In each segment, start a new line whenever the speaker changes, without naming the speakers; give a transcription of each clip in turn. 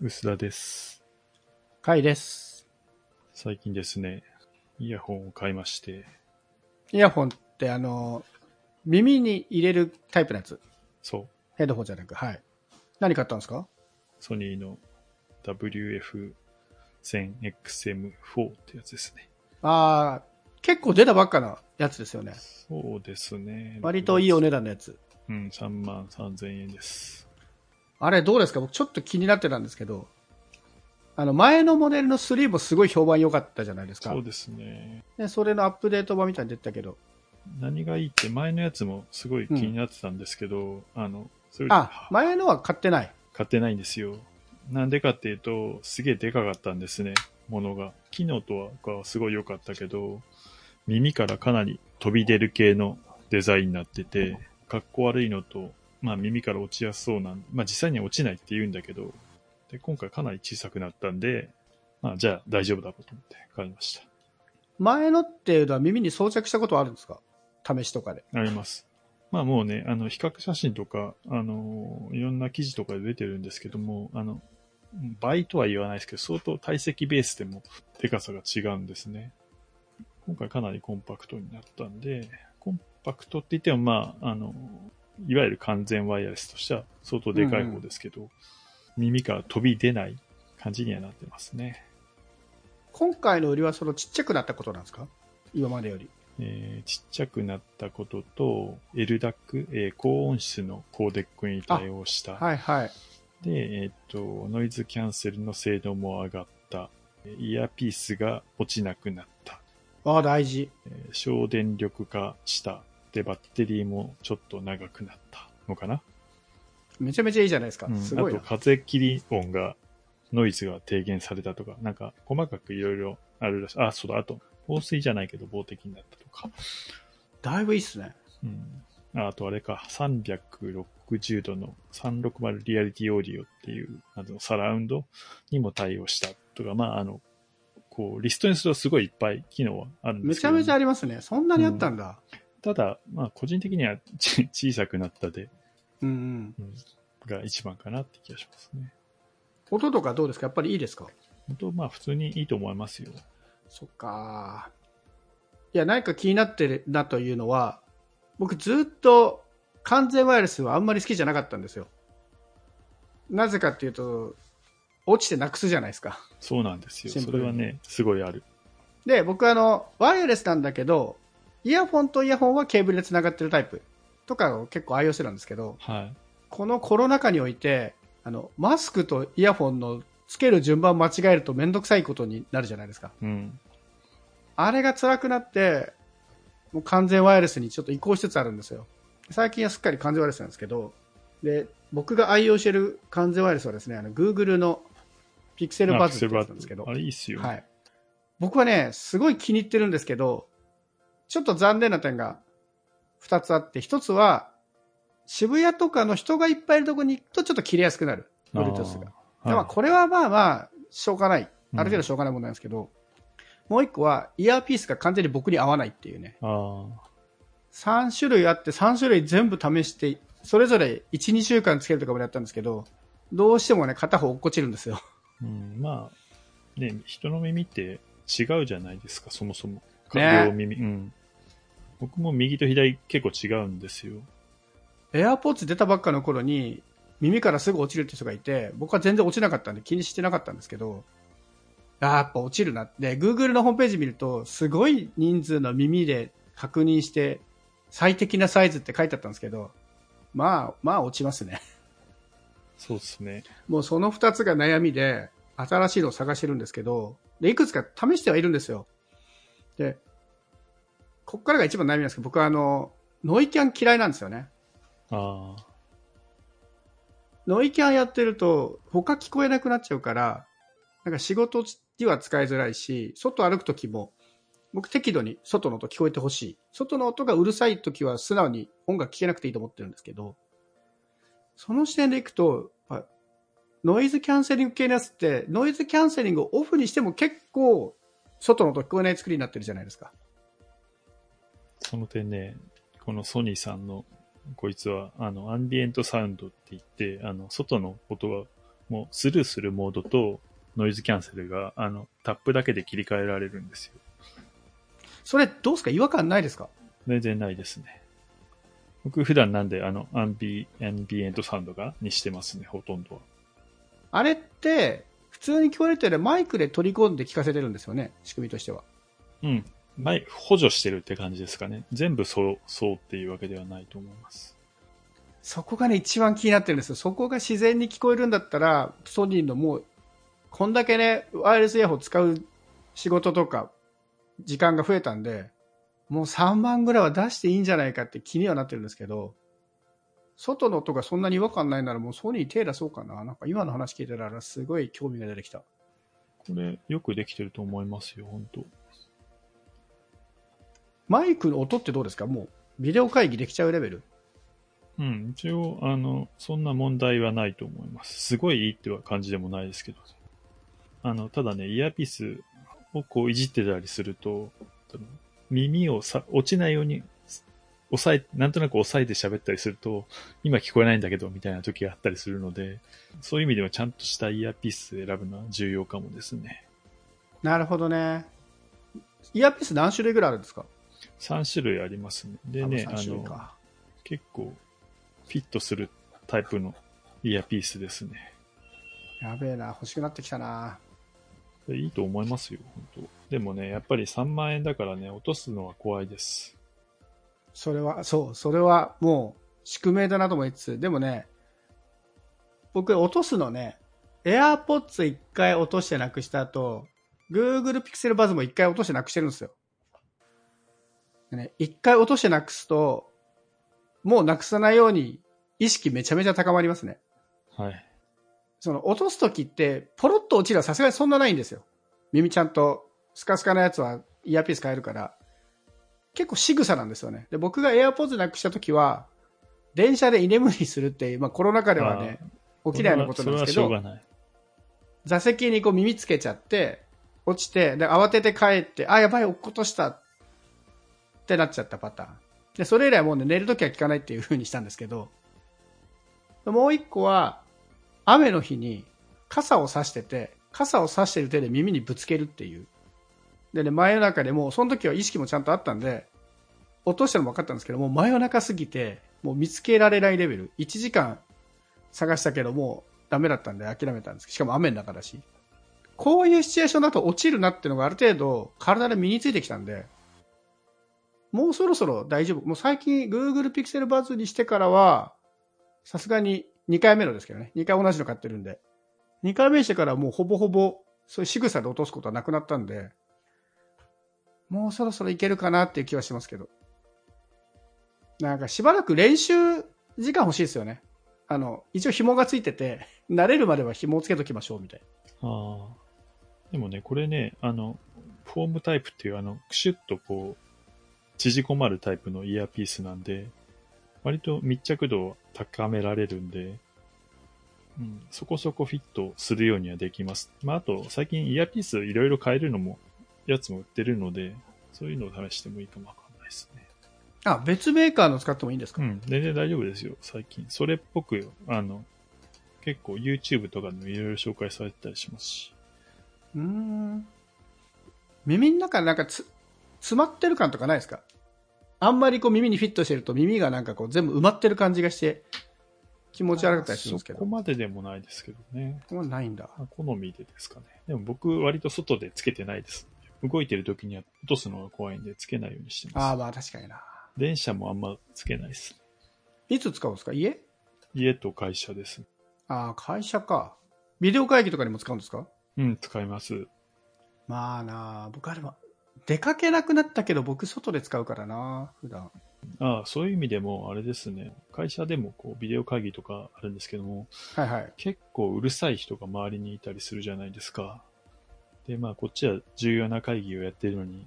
薄田です。
かいです。
最近ですね、イヤホンを買いまして、
イヤホンってあの、耳に入れるタイプのやつ。
そう、
ヘッドホンじゃなく。はい。何買ったんですか
ソニーの WF1000XM4 ってやつですね。
あー、結構出たばっかなやつですよね。
そうですね。
割といいお値段のやつ。
うん、3万3000円です。
あれどうですか僕ちょっと気になってたんですけど、あの、前のモデルの3もすごい評判良かったじゃないですか
そう。ですね。
で、それのアップデート版みたいに出てたけど、
何がいいって前のやつもすごい気になってたんですけど、あの、それ
あ、前のは買ってない。
買ってないんですよ。なんでかっていうと、すげえでかかったんですね、ものが。機能とかはすごい良かったけど、耳からかなり飛び出る系のデザインになってて、かっこ悪いのと、まあ耳から落ちやすそうなんまあ実際には落ちないって言うんだけど、で、今回かなり小さくなったんで、まあじゃあ大丈夫だろうと思って買いまし
前のっていうのは耳に装着したことはあるんですか試しとかで。
た。あります。まあもうね、あの、比較写真とか、あの、いろんな記事とかで出てるんですけども、あの、倍とは言わないですけど、相当体積ベースでもでかさが違うんですね。今回かなりコンパクトになったんで、コンパクトって言っても、まあ、あの、いわゆる完全ワイヤレスとしては相当でかい方ですけど、耳から飛び出ない感じにはなってますね。
今回の売りはそのちっちゃくなったことなんですか今までより。
えーちっちゃくなったことと、LDAC、えー高音質のコーデックに対応した。
はいはい。
で、えーっと、ノイズキャンセルの性能も上がった。イヤーピースが落ちなくなった。
ああ、大事。
えー省電力化した。で、バッテリーもちょっと長くなったのかな。
めちゃめちゃいいじゃないですか。
うん
すごい
あと、
な。
風切り音が、ノイズが低減されたとか、なんか、細かくいろいろあるらしい。あ、そうだ、あと、防水じゃないけど、防滴になったとか。
だいぶいいっすね。
うん。ああと、あれか、360度の360リアリティオーディオっていう、あの、サラウンドにも対応したとか、まあ、あの、こう、リストにするとすごいいっぱい機能はあるんで
め
す
ち
け
ゃ
ど、
めちゃありますね。そんなにあったんだ。
ただ、まあ、個人的にはち小さくなったで、
うん、うん。
うん、が一番かなって気がしますね。
音とかどうですかやっぱりいいですか
本当、まあ、普通にいいと思いますよ。
そっか。いや、何か気になってるなというのは、僕ずっと完全ワイヤレスはあんまり好きじゃなかったんですよ。なぜかっていうと、落ちてなくすじゃないですか。
そうなんです
シ
よ。
ン
そ
プル
れ
に
はね、すごいある。
で、僕あの、ワイヤレスなんだけど、イヤホンとイヤホンはケーブルで繋がってるタイプとかを結構愛用してたんですけど、
はい。
このコロナ禍においてあのマスクとイヤホンのつける順番間違えると面倒くさいことになるじゃないですか
うん。
あれが辛くなってもう完全ワイヤレスにちょっと移行しつつあるんですよ最近はすっかり完全ワイヤレスなんですけどで僕が愛用している完全ワイヤレスはですねあの Google のピクセルバズってやつなんですけど
あれいいっすよ。
はい、僕はねすごい気に入ってるんですけどちょっと残念な点が2つあって1つは渋谷とかの人がいっぱいいるところに行くとちょっと切れやすくなる
あー
Bluetooth が。
はい
まあこれはまあまあしょうがない
うん
ある程度しょうがないものなんですけど、もう1個はイヤーピースが完全に僕に合わないっていうね
ああ。
3種類あって3種類全部試してそれぞれ12週間つけるとかもやったんですけどどうしてもね片方落っこちるんですよ
うん、まあ、ね、人の耳って違うじゃないですか、そもそも。
ね
両耳、うん。僕も右と左結構違うんですよ。
エアポッツ出たばっかの頃に耳からすぐ落ちるって人がいて僕は全然落ちなかったんで気にしてなかったんですけどあーやっぱ落ちるなってで Google のホームページ見るとすごい人数の耳で確認して最適なサイズって書いてあったんですけどまあまあ落ちますね
そうですね。
もうその2つが悩みで新しいのを探してるんですけどでいくつか試してはいるんですよでこっからが一番悩みなんですけど僕はあのノイキャン嫌いなんですよね
ああ。
ノイキャンやってると他聞こえなくなっちゃうからなんか仕事には使いづらいし外歩く時も僕適度に外の音聞こえてほしい外の音がうるさい時は素直に音楽聞けなくていいと思ってるんですけどその視点でいくとやっぱノイズキャンセリング系のやつってノイズキャンセリングをオフにしても結構外の音聞こえない作りになってるじゃないですか
その点ね、このソニーさんの、こいつは、あの、アンビエントサウンドって言って、あの、外の音はもうスルーするモードとノイズキャンセルが、あの、タップだけで切り替えられるんですよ。
それどうですか違和感ないですか
全然ないですね。僕普段なんで、あの、アンビ、アンビエントサウンドが、にしてますね、ほとんどは。
あれって、普通に聞こえるというよりマイクで取り込んで聞かせてるんですよね。仕組みとしては。
うん。前、補助してるって感じですかね。全部そう、そうっていうわけではないと思います。
そこがね、一番気になってるんですよ。そこが自然に聞こえるんだったら、ソニーのもう、こんだけね、ワイヤレスイヤホン使う仕事とか、時間が増えたんで、もう3万ぐらいは出していいんじゃないかって気にはなってるんですけど、外の音がそんなに違和感ないならもうソニー手出そうかな。なんか今の話聞いてたらすごい興味が出てきた。
これ、よくできてると思いますよ、本当
マイクの音ってどうですかもう、ビデオ会議できちゃうレベル
うん、一応、あの、そんな問題はないと思います。すごいいいっては感じでもないですけど。あの、ただね、イヤーピースをこういじってたりすると、多分耳をさ落ちないように、押さえ、なんとなく押さえて喋ったりすると、今聞こえないんだけど、みたいな時があったりするので、そういう意味ではちゃんとしたイヤーピース選ぶのは重要かもですね。
なるほどね。イヤーピース何種類ぐらいあるんですか
3種類ありますね。でね、
あ
あ
の三種類
の、
か
結構、フィットするタイプのイヤーピースですね。
やべえな、欲しくなってきたな。
でいいと思いますよ、本当。でもね、やっぱり3万円だからね、落とすのは怖いです。
それは、そう、それはもう宿命だなと思いつつ、でもね、僕落とすのね、AirPods 一回落としてなくした後、Google Pixel Buzz も一回落としてなくしてるんですよ。でね、一回落としてなくすと、もうなくさないように意識めちゃめちゃ高まりますね。
はい。
その落とすときって、ポロッと落ちるはさすがにそんなないんですよ。耳ちゃんと、スカスカなやつはイヤーピース変えるから、結構仕草なんですよね。で、僕がエアポーズなくしたときは、電車で居眠りするっていう、まあコロナ禍ではね、起きないようなことなんですけ
それは
ど
しょ、うがない。
座席にこう耳つけちゃって、落ちて、で、慌てて帰って、あ、やばい、落っことしたってなっちゃったパターン。で、それ以来もうね、寝るときは聞かないっていう風にしたんですけど、もう一個は、雨の日に傘を差してて、傘を差してる手で耳にぶつけるっていう。でね、真夜中でもう、その時は意識もちゃんとあったんで、落としたのも分かったんですけど、もう真夜中すぎて、もう見つけられないレベル。1時間探したけど、もうダメだったんで諦めたんですけど、しかも雨の中だし。こういうシチュエーションだと落ちるなっていうのがある程度体で身についてきたんで、もうそろそろ大丈夫。もう最近 Google Pixel Buds にしてからは、さすがに2回目のですけどね、2回同じの買ってるんで、2回目にしてからもうほぼほぼそういう仕草で落とすことはなくなったんで、もうそろそろいけるかなっていう気はしますけど。なんかしばらく練習時間欲しいですよね。あの、一応紐がついてて、慣れるまでは紐をつけときましょうみたいな。
ああ。でもね、これね、あの、フォームタイプっていう、あの、クシュッとこう、縮こまるタイプのイヤーピースなんで、割と密着度を高められるんで、うん、そこそこフィットするようにはできます。まあ、あと、最近イヤーピースいろいろ変えるのも、やつも売ってるので、そういうのを試してもいいかもわかんないですね。
あ、別メーカーの使ってもいいんです
う
か、
ん、全然大丈夫ですよ、最近。それっぽく、あの、結構 YouTube とかでもいろいろ紹介されてたりしますし。
うーん。耳の中なんかつ、詰まってる感とかないですかあんまりこう耳にフィットしてると耳がなんかこう全部埋まってる感じがして気持ち悪かったりするんですけ
そこ
ど。
まででもないですけどね。
もうないんだ。
まあ好みでですかね。でも僕、割と外でつけてないです。動いてる時には落とすのが怖いんで、つけないようにして
ああ
ま
まあ確かにな。
す。電車もあんまつけないです。
いつ使うんですか家
家と会社です。
ああ、会社か。ビデオ会議とかにも使うんですか
うん、使います。
まあなあ、僕はでも、出かけなくなったけど僕外で使うからな、普段。
ああ、そういう意味でも、あれですね。会社でもこう、ビデオ会議とかあるんですけども、
はいはい。
結構うるさい人が周りにいたりするじゃないですか。で、まあ、こっちは重要な会議をやってるのに、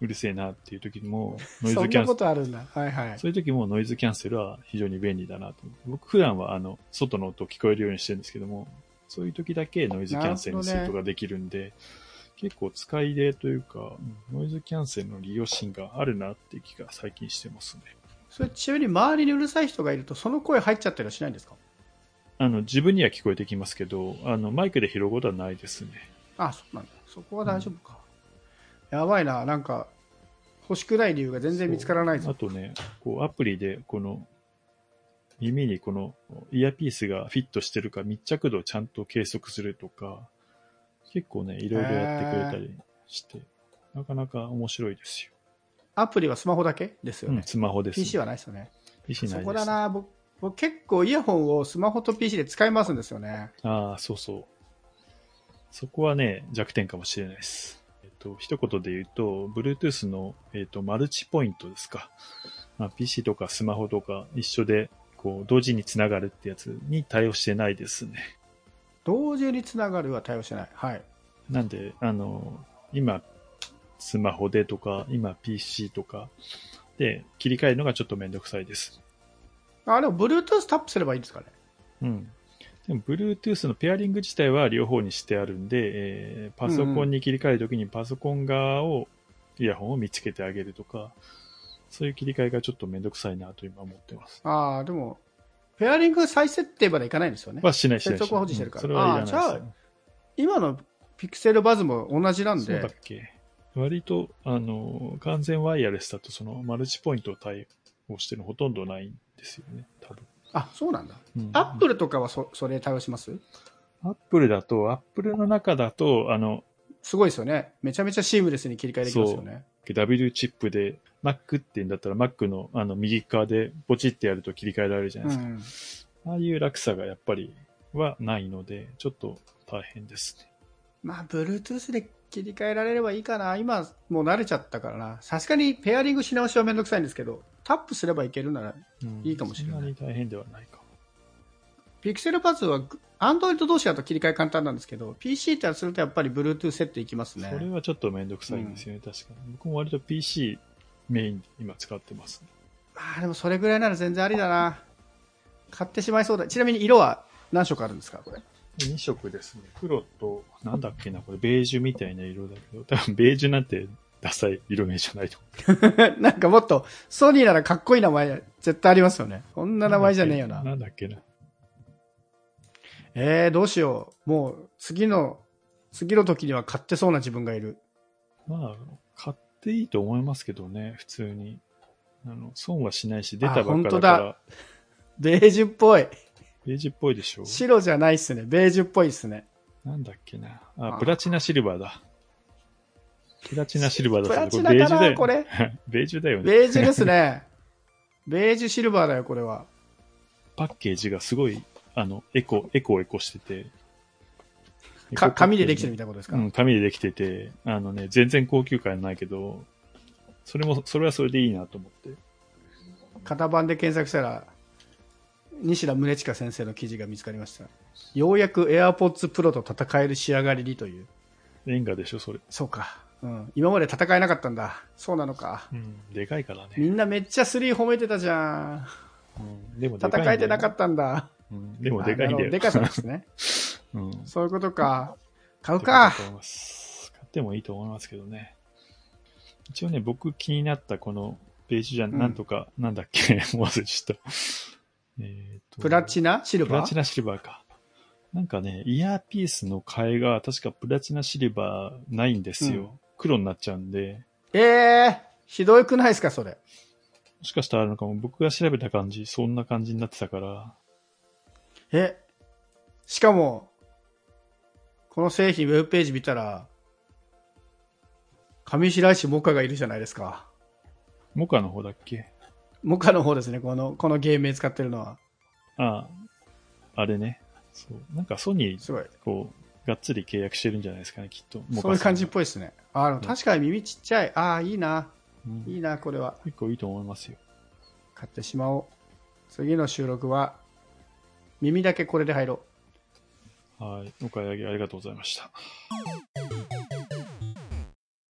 うるせえなっていう時も、ノイ
そ
ズ
ん
キャ
な
ンセ
こ
ル、
とあるんだ。はいはい。
そういう時もノイズキャンセルは非常に便利だなと思って。僕普段はあの、外の音聞こえるようにしてるんですけども、そういう時だけノイズキャンセルにすることができるんで、結構使い入れというか、うんノイズキャンセルの利用心があるなって気が最近してますね。
それちなみに周りにうるさい人がいるとその声入っちゃったりはしないんですか
あの、自分には聞こえてきますけど、あの、マイクで拾うことはないですね。
あ、そうなんだ。そこは大丈夫か。やばいな。なんか、欲しくない理由が全然見つからない
あ
ぞ。
とね、こう、アプリで、この、耳にこの、イヤーピースがフィットしてるか、密着度をちゃんと計測するとか、結構ね、いろいろやってくれたりして、なかなか面白いですよ。
アプリはスマホだけですよ
う
ね
ん、。スマホです、
PC はないですよね。
PC ない
そ
です。
こだな。僕僕結構イヤホンをスマホと PC で使い回すんですよね。
ああ、そうそう。そこはね、弱点かもしれないです。えっと、一言で言うと、Bluetooth の、えっと、マルチポイントですか。まあ、PC とかスマホとか一緒で、こう、同時につながるってやつに対応してないですね。
同時につながるは対応してない。はい。
なんで、あの、今、スマホでとか、今 PC とかで切り替えるのがちょっとめんどくさいです。
あ、でも Bluetooth タップすればいいんですかね。
うん。でも、Bluetooth のペアリング自体は両方にしてあるんで、えーパソコンに切り替えるときにパソコン側を、イヤホンを見つけてあげるとか、そういう切り替えがちょっとめんどくさいなと今思ってます。
ああ、でも、ペアリング再設定までいかないんですよね。
はしないしない
接続は保持してるから
うんそれはいらない
あ
ですね。
今のピクセルバズも同じなん
そうだ
で
っ、け割と、あの、完全ワイヤレスだとそのマルチポイントを対応してるのほとんどないんですよね、多分。
あ、そうなんだ。
うん
アップルとかはそそれ対応します
アップルだと、アップルの中だと、あの、
すごいですよね。めちゃめちゃシームレスに切り替えできますよね。
W チップで Mac って言うんだったら Mac のあの右側でポチってやると切り替えられるじゃな
う
いですか。
ん、
ああいう楽さがやっぱりはないので、ちょっと大変ですね。
まあ、Bluetooth で切り替えられればいいかな。今、もう慣れちゃったからな。さすがにペアリングし直しはめんどくさいんですけど、タップすればいけるなら、
うん
いいかもしれない
そんなに大変ではないかも。
ピクセルバズはグ Android 同士だと切り替え簡単なんですけど、PC ってするとやっぱり Bluetooth 設定いきます
それ
ね。
はちょっとめんどくさいんですよね、確かに。僕も割と PC メインで今使ってます、ね。
まあ、でもそれぐらいなら全然ありだな。買ってしまいそうだ。ちなみに色は何色あるんですか、これ。
2色ですね。黒と、なんだっけな、これベージュみたいな色だけど、多分ベージュなんてダサい色名じゃないと思う。
なんかもっと、ソニーならかっこいい名前、絶対ありますよね。こんな名前じゃねえよな。
なんだっけな。
えー、どうしよう。もう、次の、次の時には買ってそうな自分がいる。
まあ、買っていいと思いますけどね、普通に。あの損はしないし、出たばっ
本
か
当
だ
だ
から、
ベージュっぽい。
ベージュっぽいでしょ。
白じゃないっすね。ベージュっぽいっすね。
なんだっけな。
あ
あ、プラチナシルバーだ。プラチナシルバーだ
プラチ
これベ
ナ
ージュ
か
だ
な
よ
これ。
ベージュだよね。
ベージュですね。ベージュシルバーだよ、これは。
パッケージがすごい、あの、エコ、エコエコしてて。
か紙でできてるみたいなことですか、
うん、紙でできてて、あのね、全然高級感ないけど、それも、それはそれでいいなと思って。
型番で検索したら、西田宗近先生の記事が見つかりました。ようやく AirPods Pro と戦える仕上がりにという。
レンガでしょ、それ。
そうか。うん。今まで戦えなかったんだ。そうなのか。
うん、でかいからね。
みんなめっちゃ3褒めてたじゃん。
うん、でもでかいんだよ
戦えてなかったんだ。
うんでもでかいんだ
あなるほど
よ。
でかさですね。
うん。
そういうこ とか。買う
でかい
か
と。思います。買ってもいいと思いますけどね。一応ね、僕気になったこのベージュじゃん、
うん
なんとか、なんだっけ、 もう忘れちゃった。えーと
プラチナシル
プラ
バ
チ
ー
ナシルバーか。なんかね、イヤーピースの替えが確かプラチナシルバーないんですよ。
うん
黒になっちゃうんで、
ええー、ひどくないですか、それ。
もしかしたらあるのかも、僕が調べた感じ、そんな感じになってたから、
え、しかも、この製品ウェブページ見たら、上白石萌歌がいるじゃないですか。
モカの方だっけ
萌歌の方ですね、この、この芸名使ってるのは。
ああ、あれね。そう。なんかソニー
すごい。
こう、がっつり契約してるんじゃないですかね、きっと。
そういう感じっ
も
ぽいですね。あー、でも確かに耳ちっちゃい。ああ、いいな。
ううん
いいな、これは。
結構いいと思いますよ。
買ってしまおう。次の収録は、耳だけこれで入ろう。
はい。お買い上げありがとうございました。